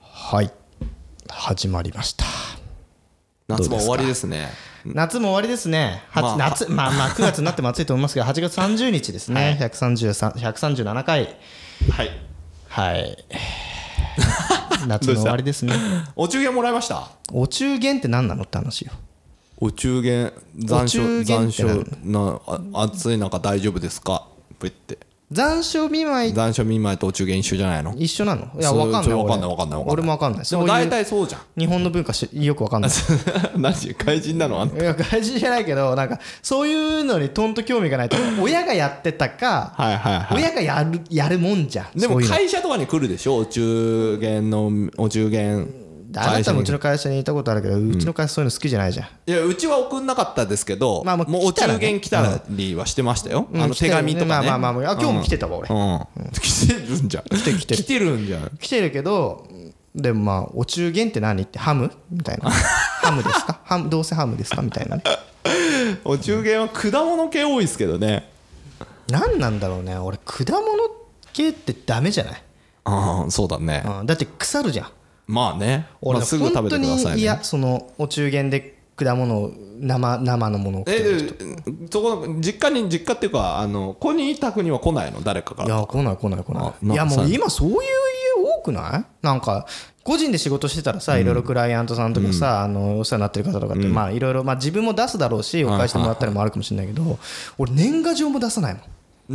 はい始まりました夏も終わりですね夏も終わりですね、はまあ夏まあまあ9月になっても暑いと思いますが8月30日ですね、133 137回はいはい 夏の終わりですねお中元もらいましたお中元って何なのって話よお中元残暑お中元残って暑なあ暑い中大丈夫ですかぶって残暑見舞い残暑見舞いとお中元一緒じゃないの一緒なのいやそ分うかんないそう俺わかんないわかんないわかんない俺も分かんないでそうもい大う体そうじゃん日本の文化しよく分かんない 何怪人なのあんたいや外人じゃないけどなんかそういうのにとんと興味がないと親がやってたかはいはいはい親がやるやるもんじゃんでもそういうの会社とかに来るでしょお中元のお中元あなたもうちにの会社にいたことあるけどうちの会社そういうの好きじゃないじゃんいやうちは送んなかったですけど、まあまあもうお来たらね中元来たりはしてましたよ、うんあの来て手る紙とかねまあまあまあまああ今日も来てたわ俺うん、 来てるんじゃん来て来てるるんじゃん来てるけどでもまあお中元って何ってハムみ たいなハムですかハムどうせハムですかみたいなねお中元は果物系多いですけどね何なんだろうね俺果物系ってダメじゃない、ああそうだねうん、だって腐るじゃんまあね、ま俺、あ、すぐ食べてくだ本さ当いにねやそのお中元で果物を生生のものを食ってるえそこ実家に実家っていうかあの子に宅には来ないの誰かかいらや来ない来ない来なあいいやなんかもうさ今そういう家多くないなんか個人で仕事してたらさいろいろクライアントさんとかさ、あのお世話になってる方とかって、まあいろいろ、まあ、自分も出すだろうしお返してもらったりもあるかもしれないけど俺年賀状も出さないも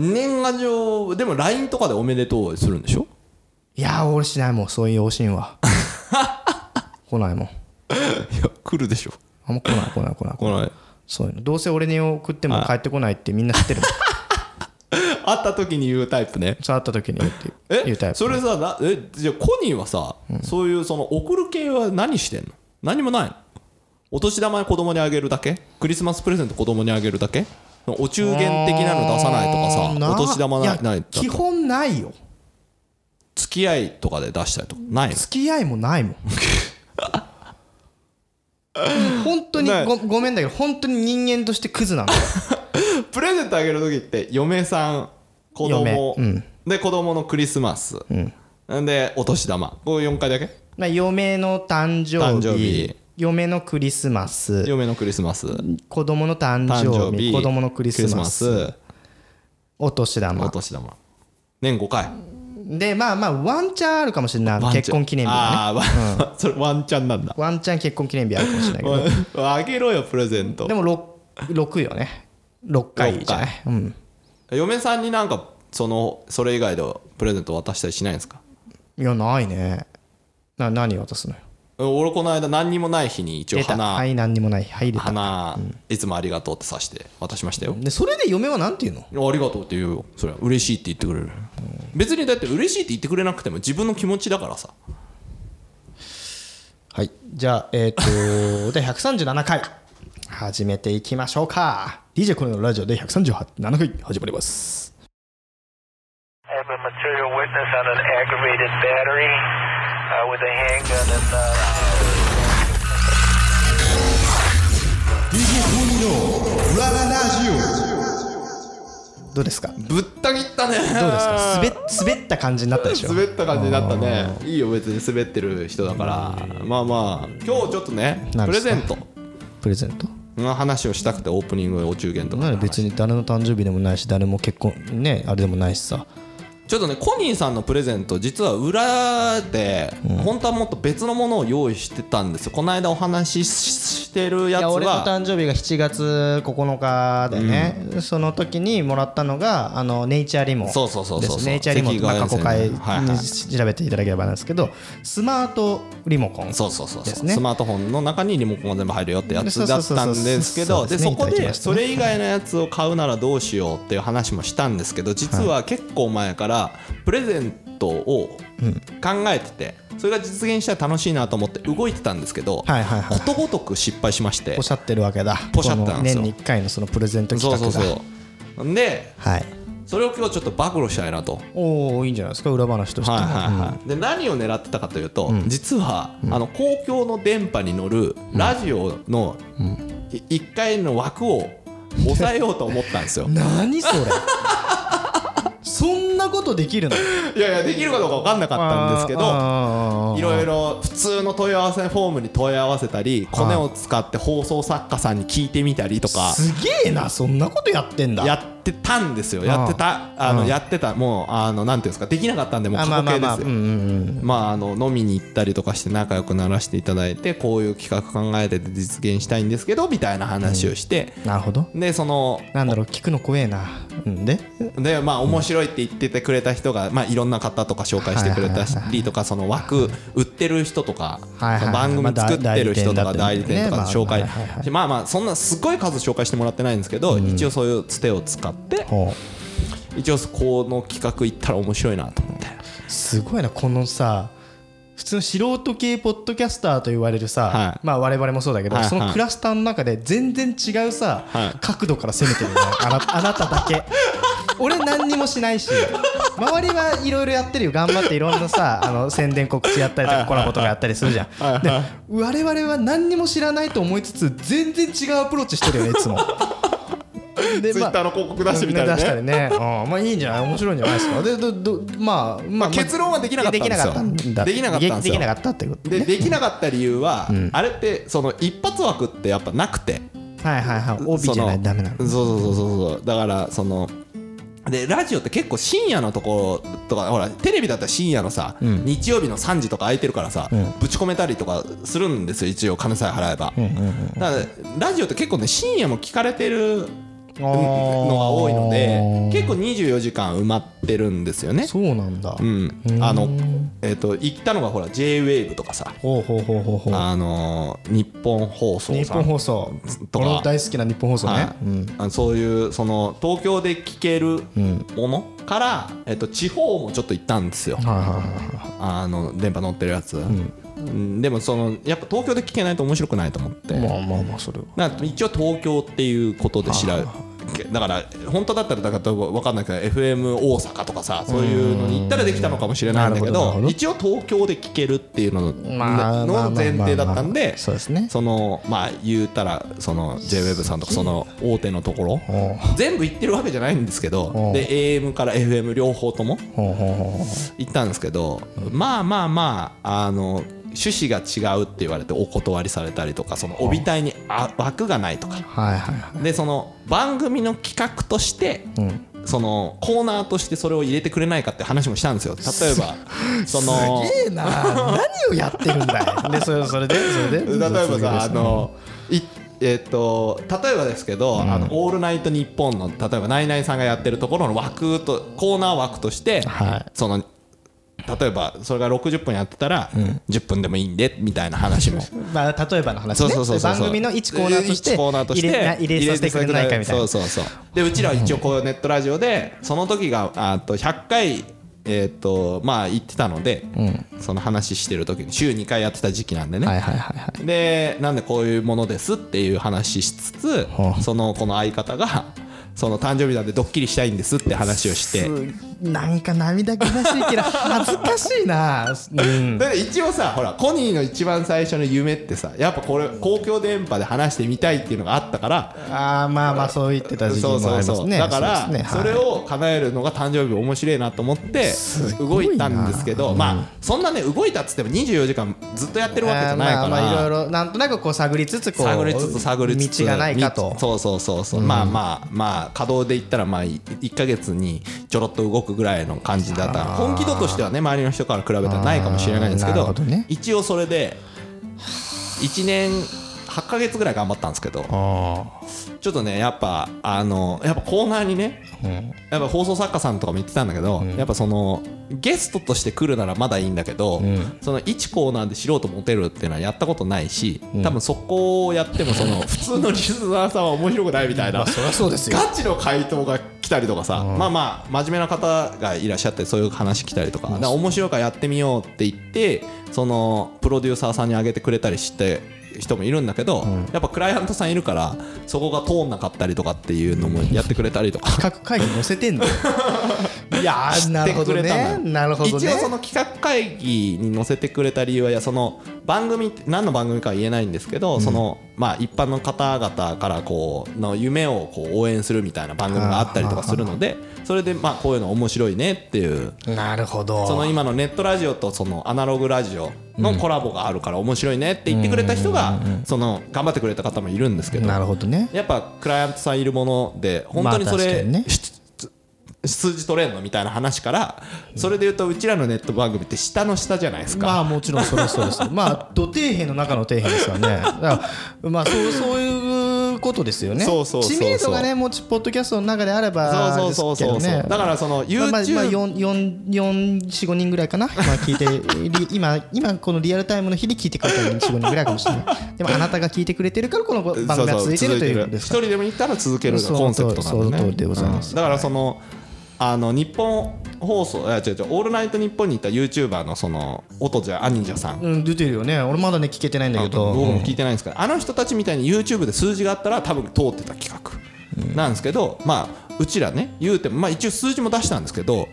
ん年賀状でも LINE とかでおめでとうするんでしょいや俺しないもんそういう往診は 来ないもんいや来るでしょあんま来ない来ない来ない来ないそういうのどうせ俺に送っても帰ってこないってみんな知って るもん会った時に言うタイプねそう会った時に言うっていう え言うタイプそれさなえじゃあコニーはさ、そういうその送る系は何してんの何もないのお年玉子供にあげるだけクリスマスプレゼント子供にあげるだけお中元的なの出さないとかあーさお年玉ないやないと基本ないよ付き合いとかで出したりとかないの付き合いもないもんうん 本当にないごごめんだけど本当に人間としてクズなのプレゼントあげる時って嫁さん子供、嫁うんで子供のクリスマス、ん、でお年玉こう4回だけまあ嫁の誕生日誕生日嫁のクリスマス嫁のクリスマス誕子供の誕生生日日子供のクリスマスクリスマスお年お玉年玉年5回でまあまあワンチャンあるかもしれないワンチャン結婚記念日はねああ、わ それワンチャンなんだワンチャン結婚記念日あるかもしれない けどあげろよプレゼントでも 6, 六よね6回じゃない、うん、嫁さんになんかそのそれ以外でプレゼント渡したりしないんですかいやないねな何渡すのよ俺この間何にもない日に一応出たは花い何にもないはい出た花いつもありがとうってさして渡しましたよでそれで嫁は何て言うのありがとうって言うよそれは嬉しいって言ってくれる別にだって嬉しいって言ってくれなくても自分の気持ちだからさはいじゃあえっ、とで137回始めていきましょうか DJ コネのラジオで137回始まります I have a material witness on an aggravated battery uh, with a handgun and. Uh DJ コニーの裏ララジオどうですかどうぶった切ったねですか滑っ滑った感じになったでしょ滑った感じになったねいいよ別に滑ってる人だからまあまあ今日ちょっとね何プでレすかゼントプレゼントの話をしたくてオープニングでお中元とかなに別に誰の誕生日でもないし誰も結婚ねあれでもないしさちょっとねコニーさんのプレゼント実は裏で本当はもっと別のものを用意してたんですよこの間お話しししてるやいつや俺のは誕生日が7月9日だよね、その時にもらったのがあのネイチャーリモですそうそうそうそうネイチャーリモ赤まあ外過去線回ねはいはにい調べていただければなんですけどスマートリモコンそうそうそうでそすう、ねスマートフォンの中にリモコンが全部入るよってやそうつそだうっそうそうたんですけそうどでですねそこいただきでましたねそれ以外のやつを買うならどうしようっていう話もしたんですけど実は結構前からプレゼントを考えててそれが実現したら楽しいなと思って動いてたんですけどはいはいはいことごとく失敗しましておっしゃってるわけだおっしゃってたんですよこの年に1回のそのプレゼント企そう画そうがそうではいそれを今日ちょっと暴露したいなと。おおいいんじゃないですか裏話としてはいは、はいはいで何を狙ってたかというと、実は、あの公共の電波に乗るラジオの1回の枠を抑えようと思った んですよ何それそんなことできるのいやいやできるかどうか分かんなかったんですけどあーいろいろと普通の問い合わせフォームに問い合わせたりコネを使って放送作家さんに聞いてみたりとかすげえなそんなことやってんだやってたんですよやってたあうのんやってたもうあのなんていうんですかできなかったんでもうあ過まあ去まあ形まあでうすんようんまあ、あの飲みに行ったりとかして仲良くならせていただいてこういう企画考えてて実現したいんですけどみたいな話をしてう、んなるほどでそのなんだろう聞くの怖えなうんででまあ面白いって言っててくれた人が、まあ、いろんな方とか紹介してくれたりとかその枠売ってる人とか、はいはいその番組作ってる人とまあ代か代理理店店だとったかりね紹介まあはいはいはいまあまあそんなすごい数紹介してもらってないんですけど、一応そういうつてを使ってほう一応この企画行ったら面白いなと思って。すごいなこのさ普通の素人系ポッドキャスターと言われるさ、はいまあ我々もそうだけど、はいはいそのクラスターの中で全然違うさ、はい角度から攻めてるよねあ なあなただけ俺何にもしないし周りはいろいろやってるよ頑張っていろんなさあの宣伝告知やったりとかコラボとかやったりするじゃんで我々は何にも知らないと思いつつ全然違うアプローチしてるよねいつ もでツイッターの広告出してみたりね出したりね、うんまあいいんじゃない面白いんじゃないですかでどどまあままあ結論はできなかったんですよんだできなかったんですでよきなかったってことでねできなかった理由は、あれってその一発枠ってやっぱなくてはいはいはい帯じゃないそのとダメなのそうそうそうそうそうだからそのでラジオって結構深夜のところとかほらテレビだったら深夜のさ、ん日曜日の3時とか空いてるからさ、ぶち込めたりとかするんですよ一応金さえ払えば、だからラジオって結構ね深夜も聞かれてるのが多いので結構24時間埋まってるんですよねそうなんだ、うん、あの、えっと行ったのがほら JWAVE とかさ、ほうほうほうほうほうあのー日本放送さん日本放送とか俺の大好きな日本放送ね、はいうんあのそういうその東京で聞けるものから、えっと地方もちょっと行ったんですよ、はいはいはいはいあの電波乗ってるやつ、うんでもそのやっぱ東京で聞けないと面白くないと思って、まあまあまあそれはだから一応東京っていうことで調べだから本当だったらだから分かんないけど FM 大阪とかさそういうのに行ったらできたのかもしれないんだけなるほどなるどほど一応東京で聞けるっていうのまあまあまあまあの前提だったんでそうですねそのまあ言うたらその JWEB さんとかその大手のところほう全部行ってるわけじゃないんですけうどんで AM から FM 両方ともほうほうほ行ったんですけどまあまあまああの趣旨が違うって言われてお断りされたりとかその帯帯にあ枠がないとかうはいはいはでその番組の企画として、そのコーナーとしてそれを入れてくれないかって話もしたんですよ例えばそのい ええな何をやってるんだいでそれそれでそれで例えば続けてさあのいえっと例えばですけど「あのオールナイトニッポン」の例えばナイナイさんがやってるところの枠とコーナー枠として、はいその例えばそれが60分やってたら、10分でもいいんでみたいな話も。まあ、例えばの話そねうそうそうそう番組の1コーナーとして一コーナーとして入れな入れさせてくれないかみたいなそうそうそうでうちらは一応こうネットラジオでその時があと100回えーとまあ言ってたので、その話してる時に週2回やってた時期なんでね、はいはいはいはいでなんでこういうものですっていう話しつつ、はあそのこの相方がその誕生日なんでドッキリしたいんですって話をしてすなんか涙ぐましいけど恥ずかしいなうんだから一応さほらコニーの一番最初の夢ってさやっぱこれ公共電波で話してみたいっていうのがあったからああまあまあそう言ってた時期もあそうりまそうすそう、ねだからそ,、うですねはいれを叶えるのが誕生日面白いなと思って動ごいないたんですけどまあそんなね動いたっつっても24時間ずっとやってるわけじゃないから、あーまあまあいろいろなんとなくこう探りつつこう探りつつ探りつつ道がないかとみそうそうそうそう、まあまあまあ稼働で言ったらまあ1か月にちょろっと動くぐらいの感じだった本気度としてはね周りの人から比べたらないかもしれないんですけあーどなるほどね一応それで1年8か月ぐらい頑張ったんですけどあちょっとねやっぱあのやっぱコーナーにねやっぱ放送作家さんとかも言ってたんだけど、やっぱそのゲストとして来るならまだいいんだけど、その1コーナーで素人モテるっていうのはやったことないし、多分そこをやってもその普通のリスナーさんは面白くないみたいな、そりゃそうですよガチの回答が来たりとかさ、まあまあ真面目な方がいらっしゃってそういう話来たりとか,、面白いからやってみようって言ってそのプロデューサーさんにあげてくれたりして人もいるんだけど、やっぱクライアントさんいるからそこが通んなかったりとかっていうのもやってくれたりとか各会議載せてんのよいやあーなるほどね 知ってくれたのよなるほどね一応その企画会議に載せてくれた理由はいやその番組って何の番組かは言えないんですけど、そのまあ一般の方々からこうの夢をこう応援するみたいな番組があったりとかするのでそれでまあこういうの面白いねっていうなるほどその今のネットラジオとそのアナログラジオのコラボがあるから面白いねって言ってくれた人がその頑張ってくれた方もいるんですけどなるほどねやっぱクライアントさんいるもので本当にそまあ確れかにねし数字取れんのみたいな話からそれで言うとうちらのネット番組って下の下じゃないですまかあもちろんそれはそうですまあ土底辺の中の底辺ですからねだからまあそうそういうことですよねそうそうそうそう知名度がねもちポッドキャストの中であればそうそうそうそうですそけどうねだからそのまあまあ YouTube 445人ぐらいかな今聞いてり今今このリアルタイムの日に聞いてくれた45人ぐらいかもしれないでもあなたが聞いてくれてるからこの番組そうがそ続ういてるということで一すから人でもいたら続けるのそうがコンセプトなそうんでそねうでございますうんだからそのあの日本放送いや違う違う「オールナイトニッポン」にいた YouTuber のその音じゃアニジャさんうん出てるよね俺まだね聞けてないんだけど僕も聞いてないんですけど、あの人たちみたいに YouTube で数字があったら多分通ってた企画なんですけど、まあうちらね言うても、まあ、一応数字も出したんですけど、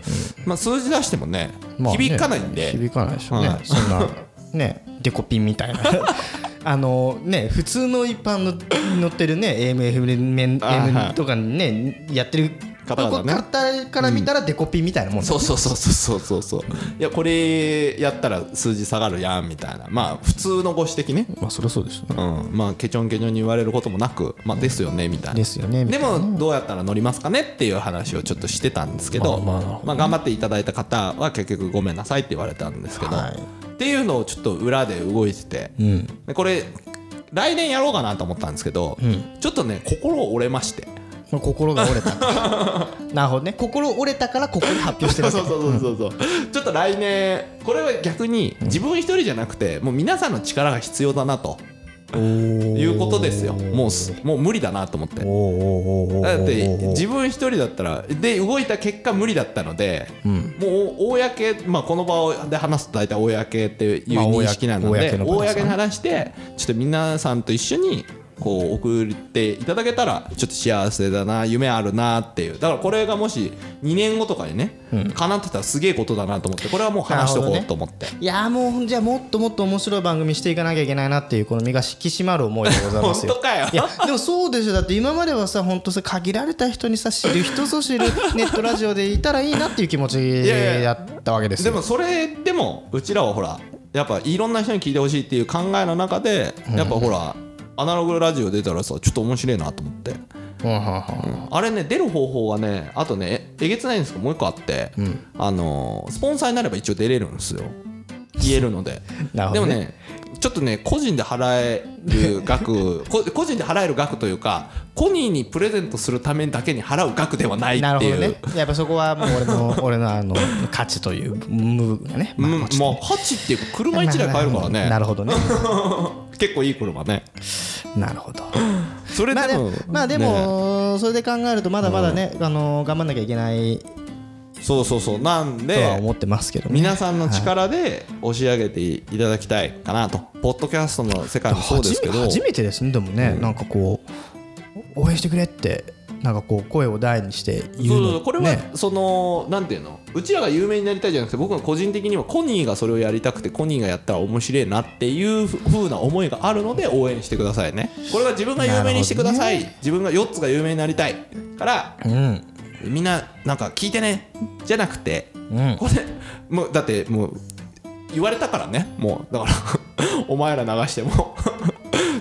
まあ、数字出してもね、まあね響かないんで響かないでしょうね、はいそんなねデコピンみたいな あのね普通の一般の乗ってるね AMFM 面あーはい M とかにねやってる方々ね方から見たらデコピンみたいなもんだそうそうそうそうそうそうそういやこれやったら数字下がるやんみたいなまあ普通のご指摘ね、まあそりゃそうですよねうん、まあケチョンケチョンに言われることもなく、まあ、ですよねみたいなですよねみたでいなもどうやったら乗りますかねっていう話をちょっとしてたんですけど、ままあまああなるほどね頑張っていただいた方は結局ごめんなさいって言われたんですけど、はいっていうのをちょっと裏で動いてて、でこれ来年やろうかなと思ったんですけど、ちょっとね心折れましてまあ心が折れ たなるほどね心折れたからここに発表してるそうわけそうそうそうそうちょっと来年これは逆に自分一人じゃなくてもう皆さんの力が必要だなということですよもうすもう無理だなと思っておおおおだって自分一人だったらで動いた結果無理だったので、もうお公、まあ、この場で話すと大体公っていうまあ公認識なので,、公の場です公ねに話してちょっと皆さんと一緒にこう送っていただけたらちょっと幸せだな夢あるなっていうだからこれがもし2年後とかにね、叶ってたらすげえことだなと思ってこれはもう話しとこなるほどうねと思って。いやーもうじゃあもっともっと面白い番組していかなきゃいけないなっていうこの身が引き締まる思いでございますよ本当かよいやでもそうでしょだって今まではさ本当さ限られた人にさ知る人ぞ知る ネットラジオでいたらいいなっていう気持ちやいやだったわけですでよもそれでもうちらはほらやっぱいろんな人に聞いてほしいっていう考えの中でやっぱほらアナログラジオ出たらさちょっと面白いなと思ってうんうんうんあれね出る方法はねあとねええげつないんですけどもう一個あってあのースポンサーになれば一応出れるんですよ言えるので なるほでどもねねちょっとね個人で払える額 こ個人で払える額というかコニーにプレゼントするためだけに払う額ではないっなるてほいどうねやっぱそこはもう俺の 俺のあの価値というムーブがねうんまあまあハチっていうか車1台買えるからねなるほ どね結構いい車ねなるほどそれまあででもも、まあでねもそれで考えるとまだまだねあの頑張んなきゃいけないそうそうそうなんとはで思ってますけどね皆さんの力で押し上げていただきたいかなとポッドキャストの世界もそうですけど初め初めてですねでもね、なんかこう応援してくれってなんかこう声を大にして言そううのそうそうこれねはそのなんていうのうちらが有名になりたいじゃなくて僕は個人的にはコニーがそれをやりたくてコニーがやったら面白いなっていうふうな思いがあるので応援してくださいねこれは自分が有名にしてください、自分が4つが有名になりたいからうんみんななんか聞いてねじゃなくてうんこれもうだってもう言われたからねもうだからお前ら流しても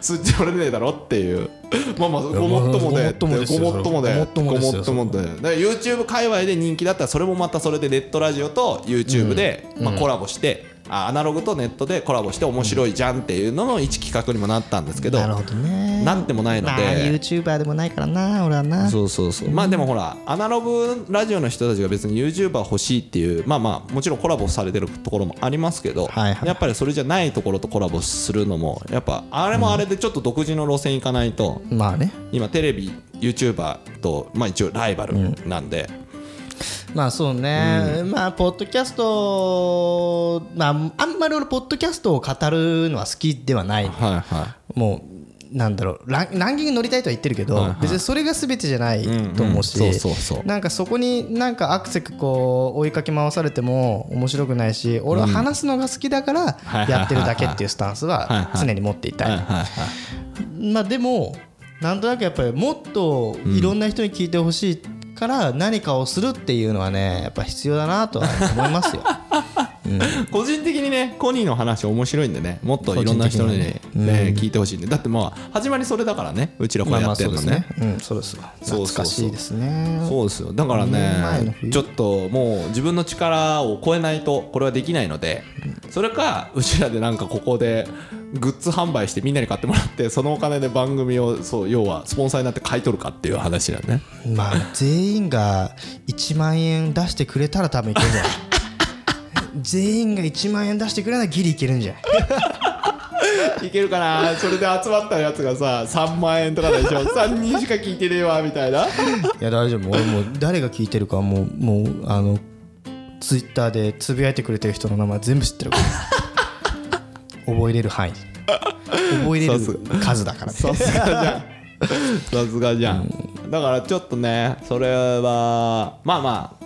数字取れねえだろっていうまあまあやごもっともまあごもでっともですよごもっともでそれはごもっともですよごもっともでだから YouTube 界隈で人気だったらそれもまたそれでネットラジオと YouTube で、まあ、コラボして、あアナログとネットでコラボして面白いじゃんっていうのの一企画にもなったんですけどなるほどねなんでもないのでまあ YouTuber でもないからな俺はなそうそうそう、まあでもほらアナログラジオの人たちが別に YouTuber 欲しいっていうまあまあもちろんコラボされてるところもありますけど、はいはいやっぱりそれじゃないところとコラボするのもやっぱあれもあれでちょっと独自の路線行かないと、まあね今テレビ YouTuber とまあ一応ライバルなんで、まあそうね、まあポッドキャストまああんまり俺ポッドキャストを語るのは好きではないはいはもうなんだろうランランキングに乗りたいとは言ってるけど、はいはい別にそれが全てじゃないと思うし、うんうんそうそうそうなんかそこになんかアクセクこう追いかけ回されても面白くないし俺は話すのが好きだからはいはいはいはいやってるだけっていうスタンスはいははい常に持っていたい、はいはいはいまあでもなんとなくやっぱりもっといろんな人に聞いてほしいから何かをするっていうのはねやっぱ必要だなとは思います よ。個人的にねコニーの話面白いんでねもっといろんな人にね聞いてほしいんでだってまあ始まりそれだからねうちらこまあれまやあってそるうでのすねね。うんそうですわ。そうそうそ懐うかしいですね。そうですよだから二年前のね冬ちょっともう自分の力を超えないとこれはできないのでそれかうちらでなんかここでグッズ販売してみんなに買ってもらってそのお金で番組をそう要はスポンサーになって買い取るかっていう話だよ ねまあ 全員が1万円出してくれたら多分いけるんじ ゃない全員が1万円出してくれたらギリいけるんじゃ ないいけるかなそれで集まったやつがさ3万円とかでしょ3人しか聞いてねえわみたいないや大丈夫俺もう誰が聞いてるかもうもうあのツイッターでつぶやいてくれてる人の名前全部知ってるから 覚えれる範囲覚えれさする数だからねさすがじゃんさすがじゃん、だからちょっとねそれはまあまあ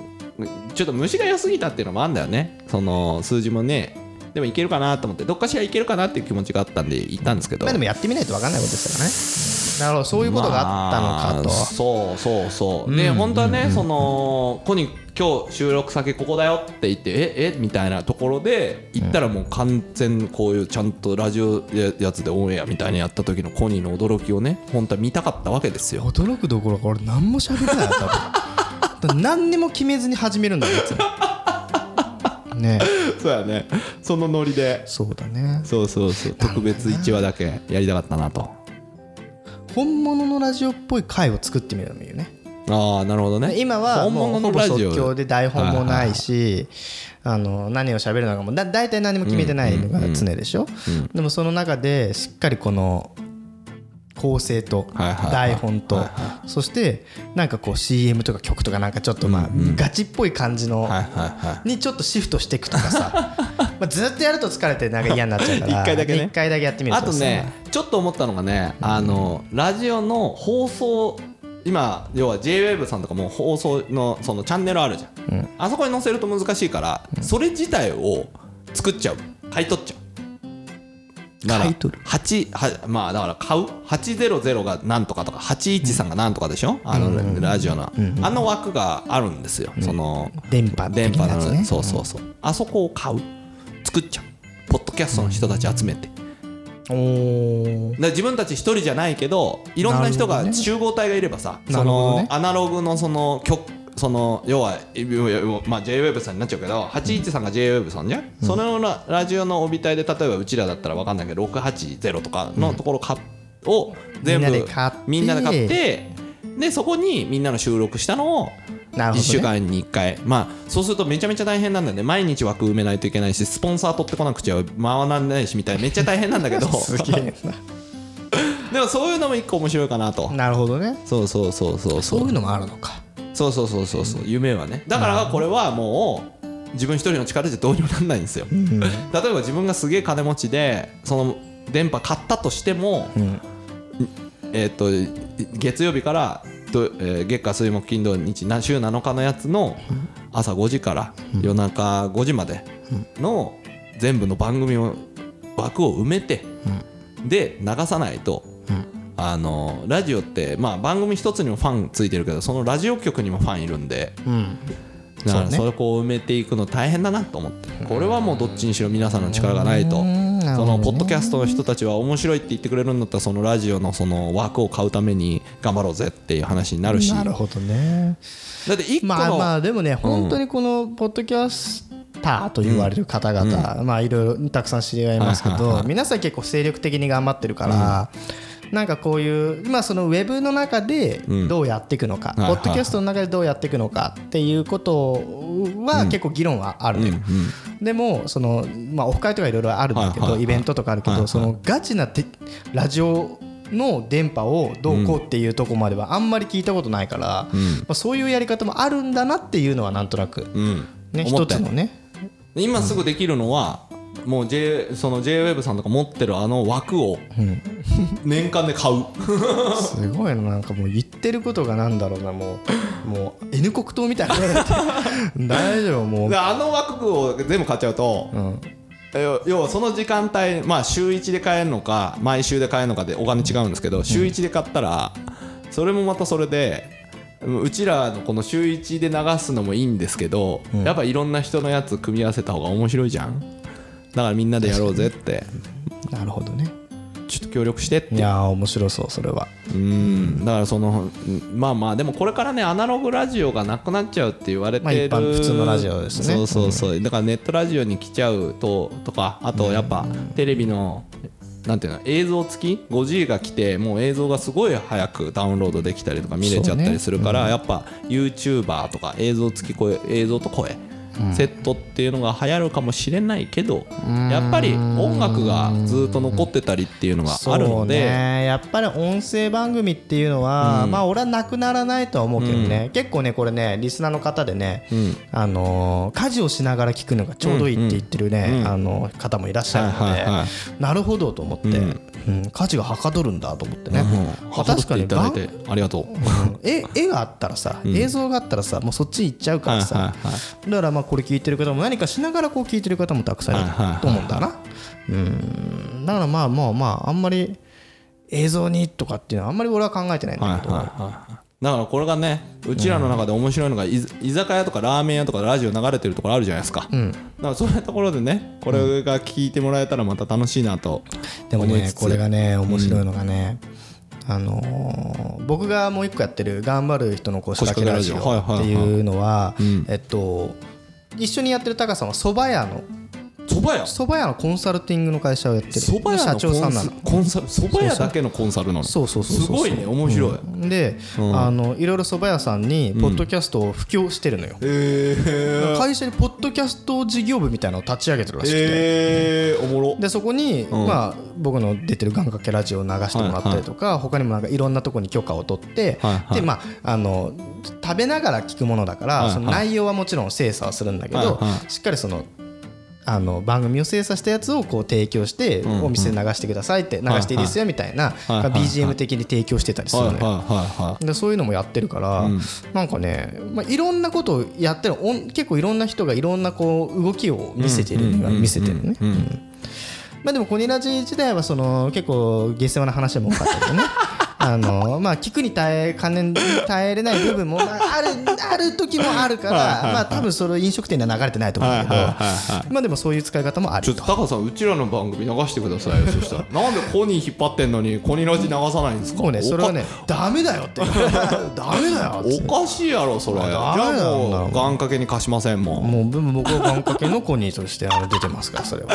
ちょっと虫が良すぎたっていうのもあるんだよねその数字もねでもいけるかなと思ってどっかしらいけるかなっていう気持ちがあったんで行ったんですけどまあでもやってみないと分かんないことですからねなるほどそういうことがあったのかと、まあそうそうそう、で本当はね、そのコニー今日収録先ここだよって言ってええみたいなところで行ったらもう完全こういうちゃんとラジオややつでオンエアみたいにやった時のコニーの驚きをね本当は見たかったわけですよ驚くどころか俺何も喋れないよ多分だから何にも決めずに始めるんだよいつもねえそうやねそのノリでそうだねそうそうそう特別1話だけやりたかったなと本物のラジオっぽい回を作ってみるのもいいよねああなるほどね今は本もうほ物のぼラジ即興オで台本もないしあの何を喋るのかもだ大体何も決めてないのが常でしょでもその中でしっかりこの構成とはいはいはい台本とそしてなんかこう CM とか曲とかなんかちょっとまあガチっぽい感じのはいはいはいにちょっとシフトしていくとかさ まあずっとやると疲れてなんか嫌になっちゃうから一回だけね一回だけやってみるあとねちょっと思ったのがねあのラジオの放送今要は JWAVE さんとかも放送のそのチャンネルあるじゃん、あそこに載せると難しいから、それ自体を作っちゃう買い取っちゃうだから買い取る8はまあだから買う800がなんとかとか813がなんとかでしょあのラジオの、あの枠があるんですよ、その電波電的波ななやのつで、ねそうそうそうあそこを買う作っちゃうポッドキャストの人たち集めて、おおだから自分たち一人じゃないけどいろんななる人ほどがね集合体がいればさ、なそるほどのねアナログのその曲その要は、いやいやまあ、JWEB さんになっちゃうけど813が JWEB さんじゃん、そのララジオの帯帯で例えばうちらだったら分かんないけど680とかのところか、を全部みんなで買ってみんなで買ってでそこにみんなの収録したのをなるほどね1週間に1回まあそうするとめちゃめちゃ大変なんだよね毎日枠埋めないといけないしスポンサー取ってこなくちゃ回らないしみたいなめっちゃ大変なんだけど すげえでもそういうのも一個面白いかなと な。なるほどねそうそうそうそうそそうういうのもあるのかそうそうそうそうそう夢はねだからこれはもう自分一人の力じゃどうにもなんないんですよ例えば自分がすげえ金持ちでその電波買ったとしても、えーっと月曜日からどえー月火水木金土日な週7日のやつの朝5時から夜中5時までの全部の番組を枠を埋めてで流さないとあのラジオって、まあ、番組一つにもファンついてるけどそのラジオ局にもファンいるんでうんだかそらうねそれをこう埋めていくの大変だなと思ってこれはもうどっちにしろ皆さんの力がないと。うんなるそほどのねポッドキャストの人たちは面白いって言ってくれるんだったらそのラジオのその枠を買うために頑張ろうぜっていう話になるしなるほどねだって一個の、まあまあでもね本当にこのポッドキャスターと言われる方々まあいろいろたくさん知り合いますけはいはいど皆さん結構精力的に頑張ってるからなんかこういうまあそのウェブの中でんどうやっていくのかポいはいッドキャストの中でどうやっていくのかっていうことは結構議論はあるのよでもそのまあオフ会とかいろいろあるんだけはいはいどはいイベントとかあるけはいはどいそのガチなてラジオの電波をどうこうっていうとこまではあんまり聞いたことないから、まあ、そういうやり方もあるんだなっていうのはなんとなく、うんね、思一ったつよのね今すぐできるのは、もう J その JWEB さんとか持ってるあの枠を年間で買うすごいななんかもう言ってることがなんだろうなもうもう N 国党みたいな 大丈夫もう であの枠を全部買っちゃうと、ん要要はその時間帯まあ週1で買えるのか毎週で買えるのかでお金違うんですけど週1で買ったらそれもまたそれでうちらのこの週1で流すのもいいんですけど、やっぱいろんな人のやつ組み合わせた方が面白いじゃんだからみんなでやろうぜってなるほどねちょっと協力してっていやー面白そうそれはうんだからそのうんまあまあでもこれからねアナログラジオがなくなっちゃうって言われてまある、一般普通のラジオですねそうそうそう、だからネットラジオに来ちゃうととかあとやっぱテレビのなんていうの映像付き 5G が来てもう映像がすごい早くダウンロードできたりとか見れちゃったりするから、やっぱ YouTuber とか映像付き声映像と声セットっていうのが流行るかもしれないけどやっぱり音楽がずっと残ってたりっていうのがあるそのうで、ねやっぱり音声番組っていうのは、まあ俺はなくならないとは思うけどね、結構ねこれねリスナーの方でね、あのー家事をしながら聞くのがちょうどいいって言ってるね、あの方もいらっしゃるので、はいはいはいなるほどと思って、うん家事がはかどるんだと思ってね、うん、確かにいただい番てありがとう。絵絵があったらさ、映像があったらさもうそっち行っちゃうからさ、はいはいはだからまあこれ聞いてる方も何かしながらこう聞いてる方もたくさんいはいはいはるいと思うんだな、うんだからまあまあまああんまり映像にとかっていうのはあんまり俺は考えてないんはいはだいけど、はい。だからこれがねうちらの中で面白いのが、い居酒屋とかラーメン屋とかラジオ流れてるところあるじゃないですか、だからそういうところでねこれが聞いてもらえたらまた楽しいなとでも思いねつつこれがね面白いのがね、あのー僕がもう一個やってる「頑張る人の腰掛けラジオ」腰掛っけラてジオはいいはいはいうのは、んえっと一緒にやってるタカさんは蕎麦屋のそば屋そ蕎麦屋のコンサルティングの会社をやってるば屋社の長さんなのコンサルそば屋だけのコンサルなのそうそうそうそうすごいね面白い、で、あのいろいろ蕎麦屋さんにポッドキャストを布教してるのよ、えー、会社にポッドキャスト事業部みたいなのを立ち上げてるらしくて、えー、おもろでそこに、まあ、僕の出てる願掛けラジオを流してもらったりとか、他にもなんかいろんなとこに許可を取って、はいはいでまあ、あの食べながら聞くものだから、はいはいその内容はもちろん精査はするんだけど、はいはしっかりその。あの番組を精査したやつをこう提供してんうんお店で流してくださいって流していいですよみたいなはいはい BGM 的に提供してたりするはいのはいよ。はいはいでそういうのもやってるから、なんかね、まあ、いろんなことをやってるおん結構いろんな人がいろんなこう動きを見せてるのが見せてるねうんまあでもコニラジ自体はその結構下世話な話も多かった けどねあのまあ聞くに耐え関連に耐えれない部分もまああるある時もあるからまあ多分それ飲食店では流れてないと思うんだけどはいはいはいまあでもそういう使い方もあちょるっとタカさんうちらの番組流してください よそしたらなんでコニー引っ張ってんのにコニラジ流さないんですかもうねそれはねダメだよって ダメだよっておかしいやろそれじゃダメなんだあろうもう願掛けに貸しませんもんもうでも僕は願掛けのコニーとしてあの出てますからそ れは。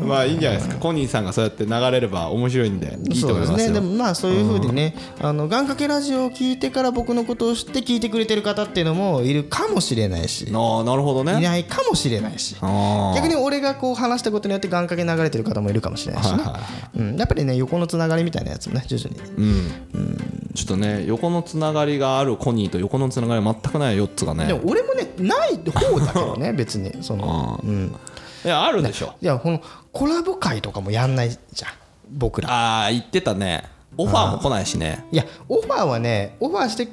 まあいいんじゃないですかコニーさんがそうやって流れれば面白いんでいいとそう思でいすますね、でよもまあそういうふうにね、あの願掛けラジオを聞いてから僕のことを知って聞いてくれてる方っていうのもいるかもしれないし、いああなるほどねないかもしれないし、あ逆に俺がこう話したことによって願掛け流れてる方もいるかもしれないしねはいはうん、やっぱりね、横のつながりみたいなやつもね、徐々に。あちょっとね横のつながりがあるコニーと横のつながり全くない4つがでねも俺もね、ない方だけどね、別に。そ のうん、いやあるでしょいや、このコラボ会とかもやんないじゃん、僕ら。ああ言ってたねオファーも来ないしねいや、オファーはね、オファーして、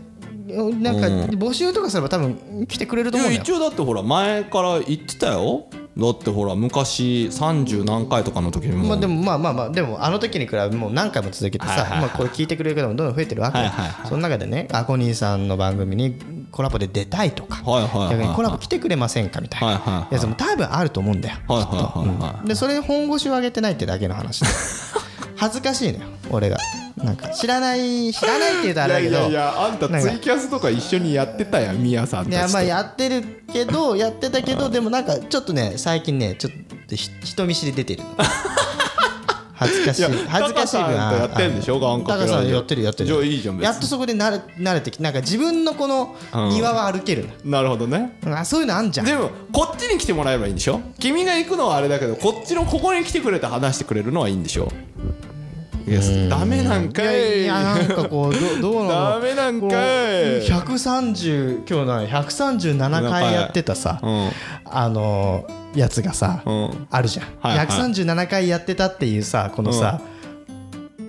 なんか募集とかすれば多分来てくれるとい思うやんだよ一。応だってほら前から言ってたよだってほら昔30何回とかの時にもまあでもまあまあまあでもあの時に比べもう何回も続けてはいさはいはいまあこれ聞いてくれる方もどんどん増えてるわけよはいはいはいその中でねアコニーさんの番組にコラボで出たいとかはいはいはいはい逆にコラボ来てくれませんかみたいはいはいはないやつも多分あると思うんだよはいはいはいはいでそれに本腰を上げてないってだけの話だ 恥ずかしいのよ俺がなんか知らない知らないって言うとあれだけどやあんたなんかキャスとか一緒にやってたやんみやさんいやまあやってるけどやってたけどでもなんかちょっとね最近ねちょっとひ人見知り出てるの 恥ずかしいいや恥ずかしい分タカさんとやってんでしょ願タ掛カけさラジオんやってるやってるじゃあいいじゃん別にやっとそこで慣れ慣れてきてなんか自分のこのうん庭は歩けるの、なるほどねあそういうのあんじゃんでもこっちに来てもらえばいいんでしょ君が行くのはあれだけどこっちのここに来てくれて話してくれるのはいいんでしょいやダメなんかいいやなんかこうどどうなダのメなんかい130今日な137回やってたさ、うんあのーやつがさ、うんあるじゃん、はいはい137回やってたっていうさこのさ、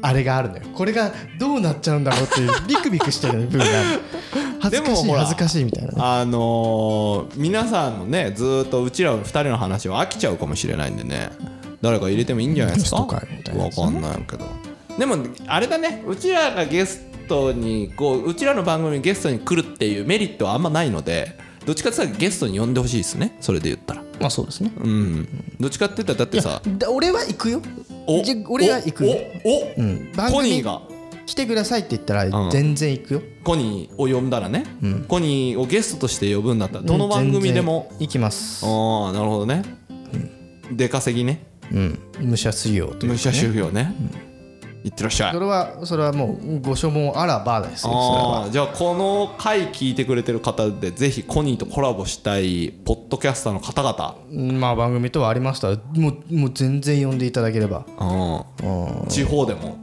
あれがあるのよこれがどうなっちゃうんだろう っていうビクビクしてる部分がある恥ずかしでいもほら恥ずかしいみたいなねあのー皆さんのねずーっとうちら2人の話は飽きちゃうかもしれないんでね誰か入れてもいいんじゃないですかゲスト会みたいなやわつかんないけどでもあれだねうちらがゲストにこううちらの番組にゲストに来るっていうメリットはあんまないのでどっちかっていうとゲストに呼んでほしいですねそれで言ったらまあそうですねうんどっちかって言ったらだってさだ俺は行くよおじゃ俺は行くよおお、おん番組コニーが来てくださいって言ったうらん全然行くよ、コニーを呼んだらね、コニーをゲストとして呼ぶんだったらどの番組でも全然行きますああなるほどね、出稼ぎねうん武者水曜という武者修行ね、いってらっしゃいそれはそれはもうご所望あらばですよそれはあーじゃあこの回聞いてくれてる方でぜひコニーとコラボしたいポッドキャスターの方々まあ番組とはありましたもうもう全然呼んでいただければうん地方でも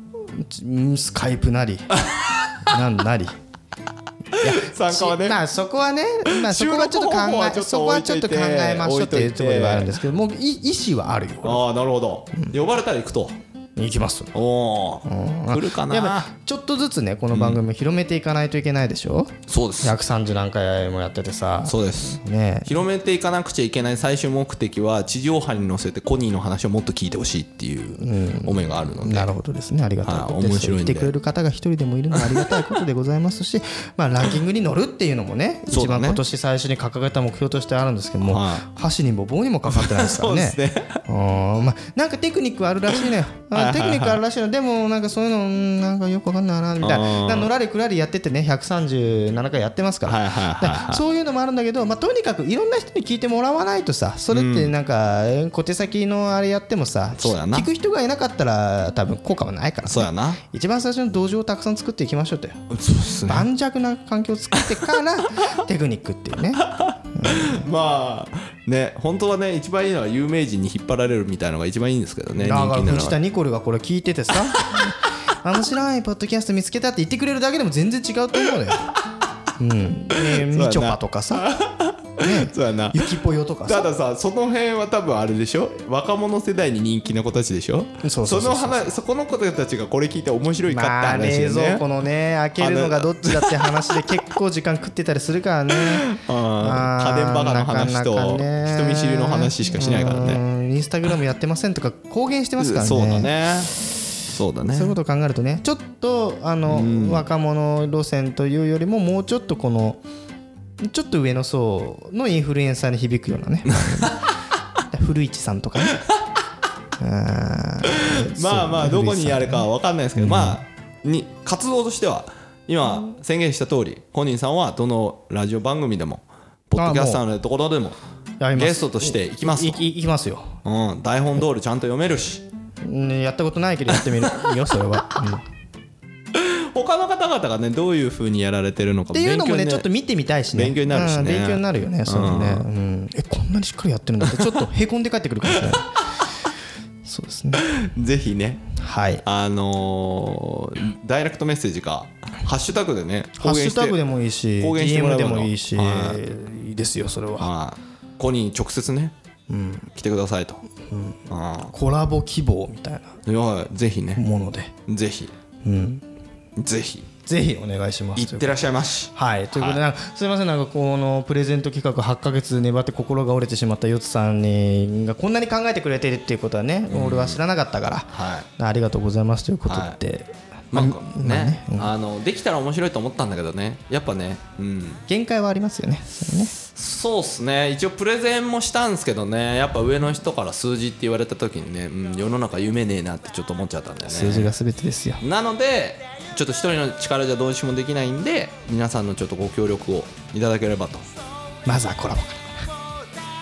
うんスカイプな りなんなり参加はねしまあそこはね、まあ、そ収録こはちょっと考方法はえちょっとそこはちょっと考えましょうっていう置いといてところではあるんですけどもうい意思はあるよああなるほど、呼ばれたら行くと行きますおお来るかやっぱなちょっとずつねこの番組を広めていかないといけないでしょ、そうです130何回もやっててさそうですねえ広めていかなくちゃいけない最終目的は地上波に乗せてコニーの話をもっと聞いてほしいっていう思いがあるので、なるほどですねありがたいことはいで面す白いん来でてくれる方が一人でもいるのはありがたいことでございます しまあランキングに乗るっていうのもねそ一うだね番今年最初に掲げた目標としてあるんですけどもはい箸にも棒にもかかってないですからねそうですねあーまあなんかテクニックはあるらしいのよあテクニックあるらしいのでもなんかそういうのうんなんかよくわかんないなみたいあなーだからのらりくらりやっててね137回やってますからはいはいはいはいでそういうのもあるんだけど、まあ、とにかくいろんな人に聞いてもらわないとさそれってなんかえー小手先のあれやってもさ、そうだな聞く人がいなかったら多分効果はないからそうさやな一番最初の道場をたくさん作っていきましょうとよそうですね盤石な環境を作ってからテクニックっていうね まあね本当はね一番いいのは有名人に引っ張られるみたいのが一番いいんですけどね人気だからになる藤の田はニコルがこれ聞いてて さ面白いポッドキャスト見つけたって言ってくれるだけでも全然違うと思うのよ。うん、ね みちょぱとかさ、ね、そうやなゆきぽよとかたさださその辺は多分あれでしょ若者世代に人気な子たちでしょそうそうそうそうの話そこの子たちがこれ聞いて面白いかってまあ話で冷ね、蔵庫のね開けるのがどっちだって話で結構時間食ってたりするからねあー家電バカの話となかなかね人見知りの話しかしないからねうんインスタグラムやってませんとか公言してますからねそうだねそうだねそういうことを考えるとねちょっとあの、若者路線というよりももうちょっとこのちょっと上の層のインフルエンサーに響くような ね古市さんとかねあーまあまあそどうこにや古市るかは分かんないですけど、まあに活動としては今宣言した通りコニーさんはどのラジオ番組でもポッドキャスターのところでもさんやりますゲストとして行きますいといいきますようん、台本通りちゃんと読めるしうんやったことないけどやってみるよそれ は、うんっ他の方々がねどういうふうにやられてるのかていうのも勉強ねにちょっと見てみたいしね勉強になるしねうん勉強になるよねそういうのね、うん、えこんなにしっかりやってるんだってちょっとへこんで帰ってくるかもしれないそうですねぜひねはいあのーダイレクトメッセージかハッシュタグでねハッシュタグでももいいし公言してもら DM えでばいいのもいいし、、はいいですよそれはコニー直接ね、来てくださいと、あコラボ希望みたいないやぜひねものでぜひ、ぜひぜひお願いします行ってらっしゃいましはいということで、なんかすみませんなんかこのプレゼント企画8ヶ月粘って心が折れてしまったよつさんにがこんなに考えてくれてるっていうことはね、俺は知らなかったから、はいありがとうございますということで、まあね、あのできたら面白いと思ったんだけどねやっぱね、うん、限界はありますよねそれねそうっすね一応プレゼンもしたんですけどねやっぱ上の人から数字って言われた時にね、うん、世の中夢ねえなってちょっと思っちゃったんだよね数字が全てですよなのでちょっと一人の力じゃどうしようもできないんで皆さんのちょっとご協力をいただければとまずはコラボか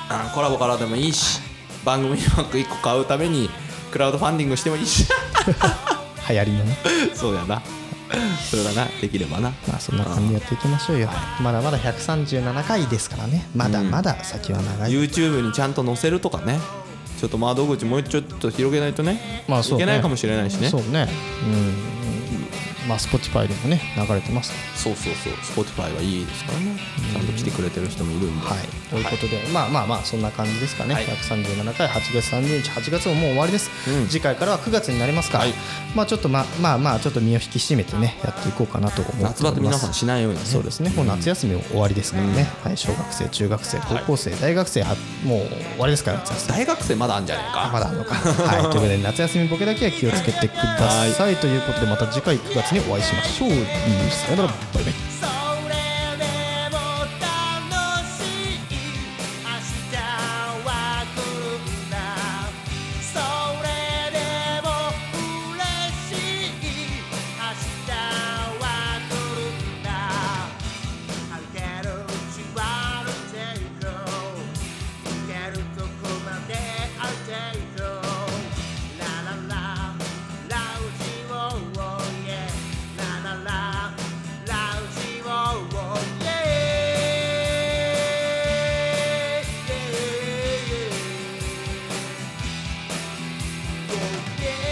らあのコラボからでもいいし番組の枠1個買うためにクラウドファンディングしてもいいし流行りのねそうやな それだなできればなまあそんな感じでやっていきましょうよまだまだ137回ですからねまだまだ先は長い、 YouTube にちゃんと載せるとかねちょっと窓口もうちょっと広げないとね,、まあそうねいけないかもしれないしねそそううねうんまあ Spotify でもね流れてますそうそうそう Spotify はいいですからねちゃんと来てくれてる人もいるんで、はいということで、まあまあまあそんな感じですかね、はい137回8月30日8月ももう終わりです、うん次回からは9月になりますから、はいまあちょっとまあまあまあちょっと身を引き締めてねやっていこうかなと思っております夏バテ皆さんしないように、ね、そうですね、もう夏休みも終わりですからね、はい、小学生、中学生、高校生、大学生は、もう終わりですから、夏休み。大学生まだあんじゃねえかまだあるのか、はい、ということで夏休みボケだけは気をつけてくださいということでまた次回9月にお会いしましょうさよならバイバイ「それでも楽しい」「明日は来るな」「それでも嬉しい」「明日は来るな」「歩けるうちは歩いていこう」「行けるとこまで歩いていこう」「ララララウジをおいえ」「ララララウジをおいえ」「イェイイェイイェイ」「イェイイェイ